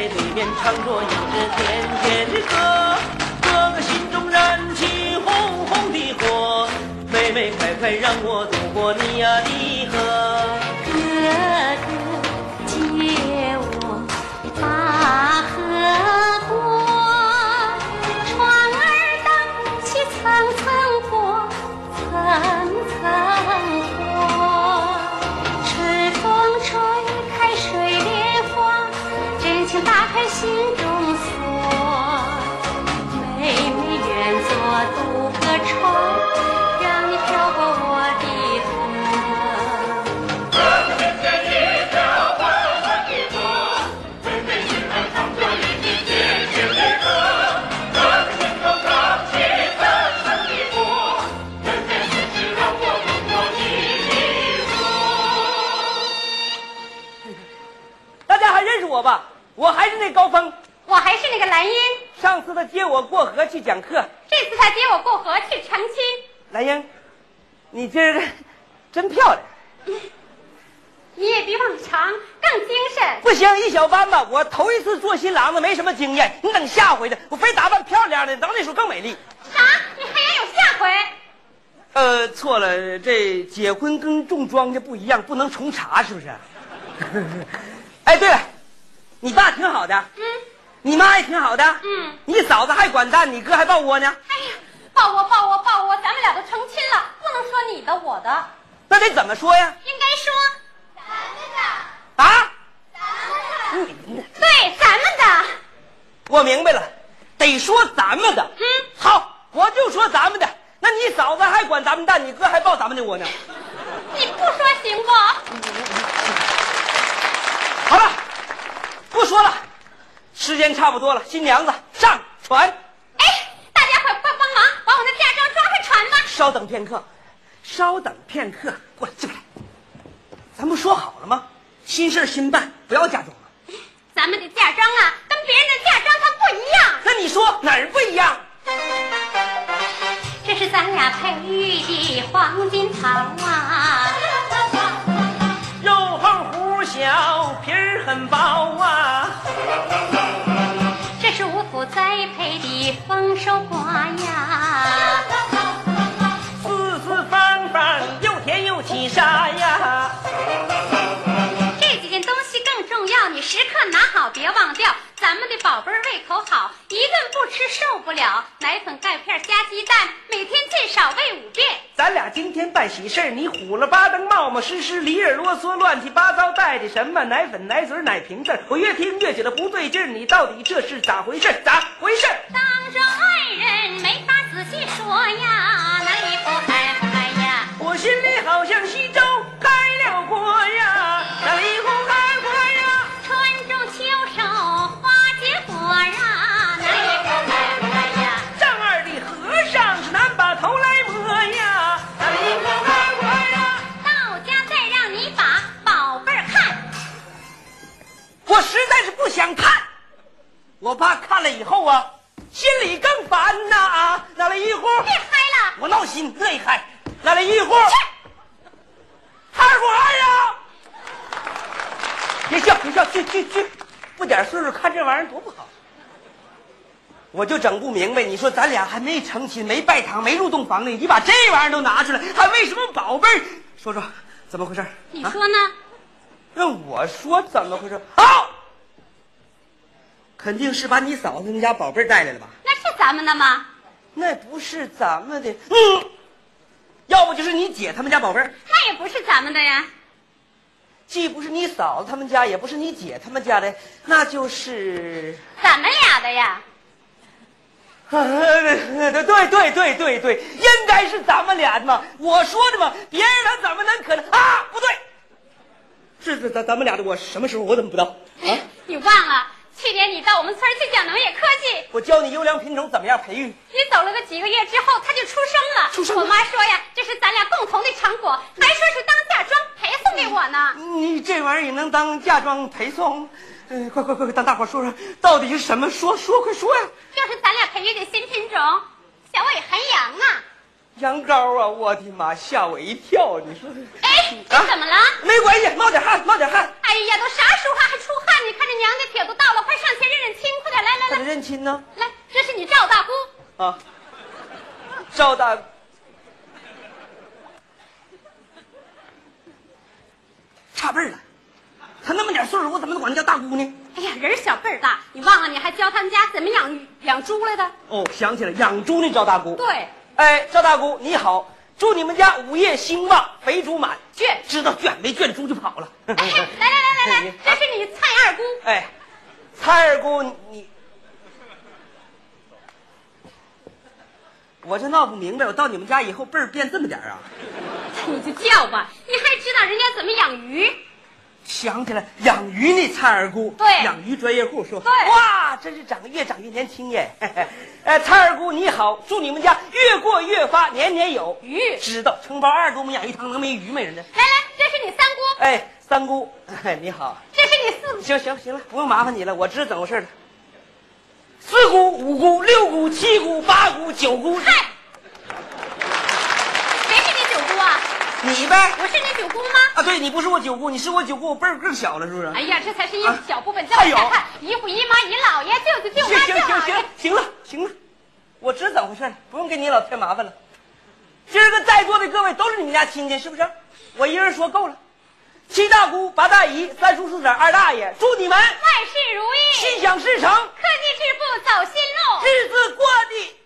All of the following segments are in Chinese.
唱着一支甜甜的歌，哥哥心中燃起红红的火，妹妹快快让我渡过你呀的河。哥哥借我把河过，船儿荡起层层波，层层波。春风吹开水莲花，真情打开心中锁。妹妹愿做渡河船，让你飘过我的河。大家还认识我吧？我还是那高峰，我还是那个兰英，上次他接我过河去讲课。这次他接我过河去成亲。兰英，你今儿 真漂亮。你也比往常更精神。不行，一小班吧，我头一次做新郎子，没什么经验。你等下回的，我非打扮漂亮的，到那时候更美丽。啥？啊你还要有下回？呃，错了，这结婚跟种庄稼不一样，不能重查，是不是？ 哎，对了，你爸挺好的，嗯，你妈也挺好的，嗯，你嫂子还管蛋，你哥还抱窝呢，哎呀，抱我抱我抱我，咱们俩都成亲了，不能说你的我的，那得怎么说呀？应该说咱们的，啊，咱们的，对，咱们的。我明白了，得说咱们的。嗯好，我就说咱们的。那你嫂子还管咱们蛋，你哥还抱咱们的窝呢。你不说行不？好了，不说了，时间差不多了，新娘子上船。哎，大家快快帮忙，把我那嫁妆装上船吧。稍等片刻，稍等片刻，过来这边来。咱不说好了吗？新事儿新办，不要假装了。咱们的嫁妆啊，跟别人的嫁妆它不一样。那你说哪儿不一样？这是咱俩配玉的黄金桃啊！肉厚核小，皮儿很薄啊。这是五谷栽培的丰收瓜呀！四四方方，又甜又起沙呀。这几件东西更重要，你时刻拿好，别忘掉。咱们的宝贝儿胃口好，一顿不吃受不了。奶粉、钙片加鸡蛋，每天最少喂五遍。咱俩今天办喜事儿，你虎了吧登冒冒失失，里耳啰嗦，乱七八糟带的什么奶粉、奶嘴、奶瓶子？我越听越觉得不对劲儿，你到底这是咋回事儿？咋回事儿？当着爱人没法仔细说呀，哪里不嗨不嗨呀？我心里好像西周开了锅呀，哪里空开锅呀？春种秋收花结果啊，哪里不嗨不嗨呀？丈二的和尚是难把头来摸呀，哪里空开锅呀？到家再让你把宝贝儿看，我实在是不想看，我爸看了以后啊，心里更烦呐啊！哪里一呼，别嗨了，我闹心内嗨，哪里一呼，去，二虎二呀！别笑别笑，去去去，不点岁数看这玩意儿多不好。我就整不明白，你说咱俩还没成亲，没拜堂，没入洞房呢，你把这玩意儿都拿出来，还为什么宝贝儿？说说怎么回事儿？你啊说呢？让我说怎么回事？好，肯定是把你嫂子那家宝贝儿带来了吧？那是咱们的吗？那不是咱们的，嗯，要不就是你姐他们家宝贝儿，那也不是咱们的呀，既不是你嫂子他们家，也不是你姐他们家的，那就是，咱们俩的呀。啊、对对对对对对，应该是咱们俩的嘛，我说的嘛，别人他怎么能可能啊？不对，是是咱咱们俩的，我什么时候我怎么不知道啊？你忘了去年你到我们村儿去讲农业科技，我教你优良品种怎么样培育。你走了个几个月之后，它就出生了。出生了我妈说呀，这是咱俩共同的成果，还说是当嫁妆赔送给我呢。你这玩意儿也能当嫁妆陪送？嗯、快快快快，当大伙说说，到底是什么？说说，快说呀！就是咱俩培育的新品种，小尾寒羊啊。羊羔啊！我的妈，吓我一跳！你说哎，这怎么了？没关系，冒点汗，冒点汗。哎呀，都啥时候还出汗？你看这娘家铁都到了，快上前认认亲，快点来来他来的认亲呢？来，这是你赵大姑，啊，赵大，差辈儿了。他那么点岁数，我怎么管他叫大姑呢？哎呀，人儿小辈儿大，你忘了你还教他们家怎么养鱼养猪来的？哦，想起来养猪那赵大姑。对，哎，赵大姑你好，祝你们家午夜兴旺，肥猪满。倔。知道圈没圈猪就跑了。 哎，来来来来来，这是你蔡二姑，哎，蔡二姑，你，我这闹不明白，我到你们家以后辈儿变这么点儿啊？你就叫吧，你还知道人家怎么养鱼？想起来养鱼那蔡二姑，对养鱼专业户说，对哇，真是长得越长越年轻耶。 哎，蔡二姑你好，祝你们家越过越发，年年有。鱼，知道承包二姑们养鱼塘能没鱼吗？人家，来来，这是你三姑，哎，三姑， 哎，你好。这是你四姑，行行行了，不用麻烦你了，我知道怎么回事了。四姑、五姑、六姑、七姑、八姑、九姑，嗨，谁是你九姑啊？你呗？我是你九姑吗？啊，对你不是我九姑，你是我九姑，我辈儿更小了，是不是？哎呀，这才是一啊小部分，叫我哎呦看看姨父姨妈姨姥爷舅舅舅行妈舅行行姥行爷。行了行了，我知道怎么回事了，不用给你老添麻烦了。今儿个在座的各位都是你们家亲戚，是不是？我一人说够了。七大姑、八大姨、三叔、四婶、二大爷，祝你们万事如意，心想事成，科技致富走新路，日子过得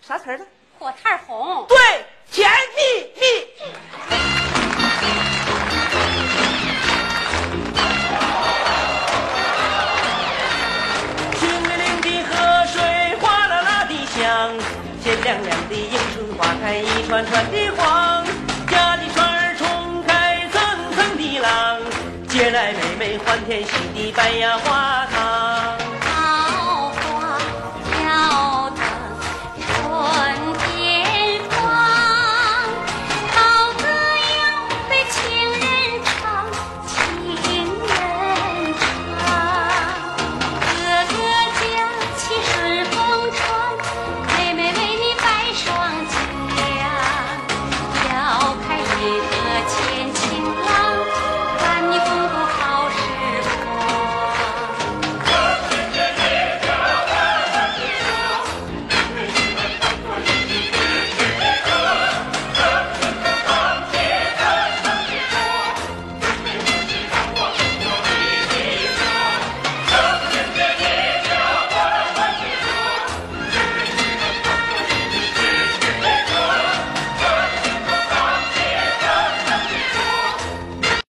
啥词儿的？火炭儿红。对，甜蜜蜜。清灵灵的河水哗啦啦地响，鲜亮亮的迎春花开一串串的黄，家的船儿冲开层层的浪，接来妹妹欢天喜地白呀花堂，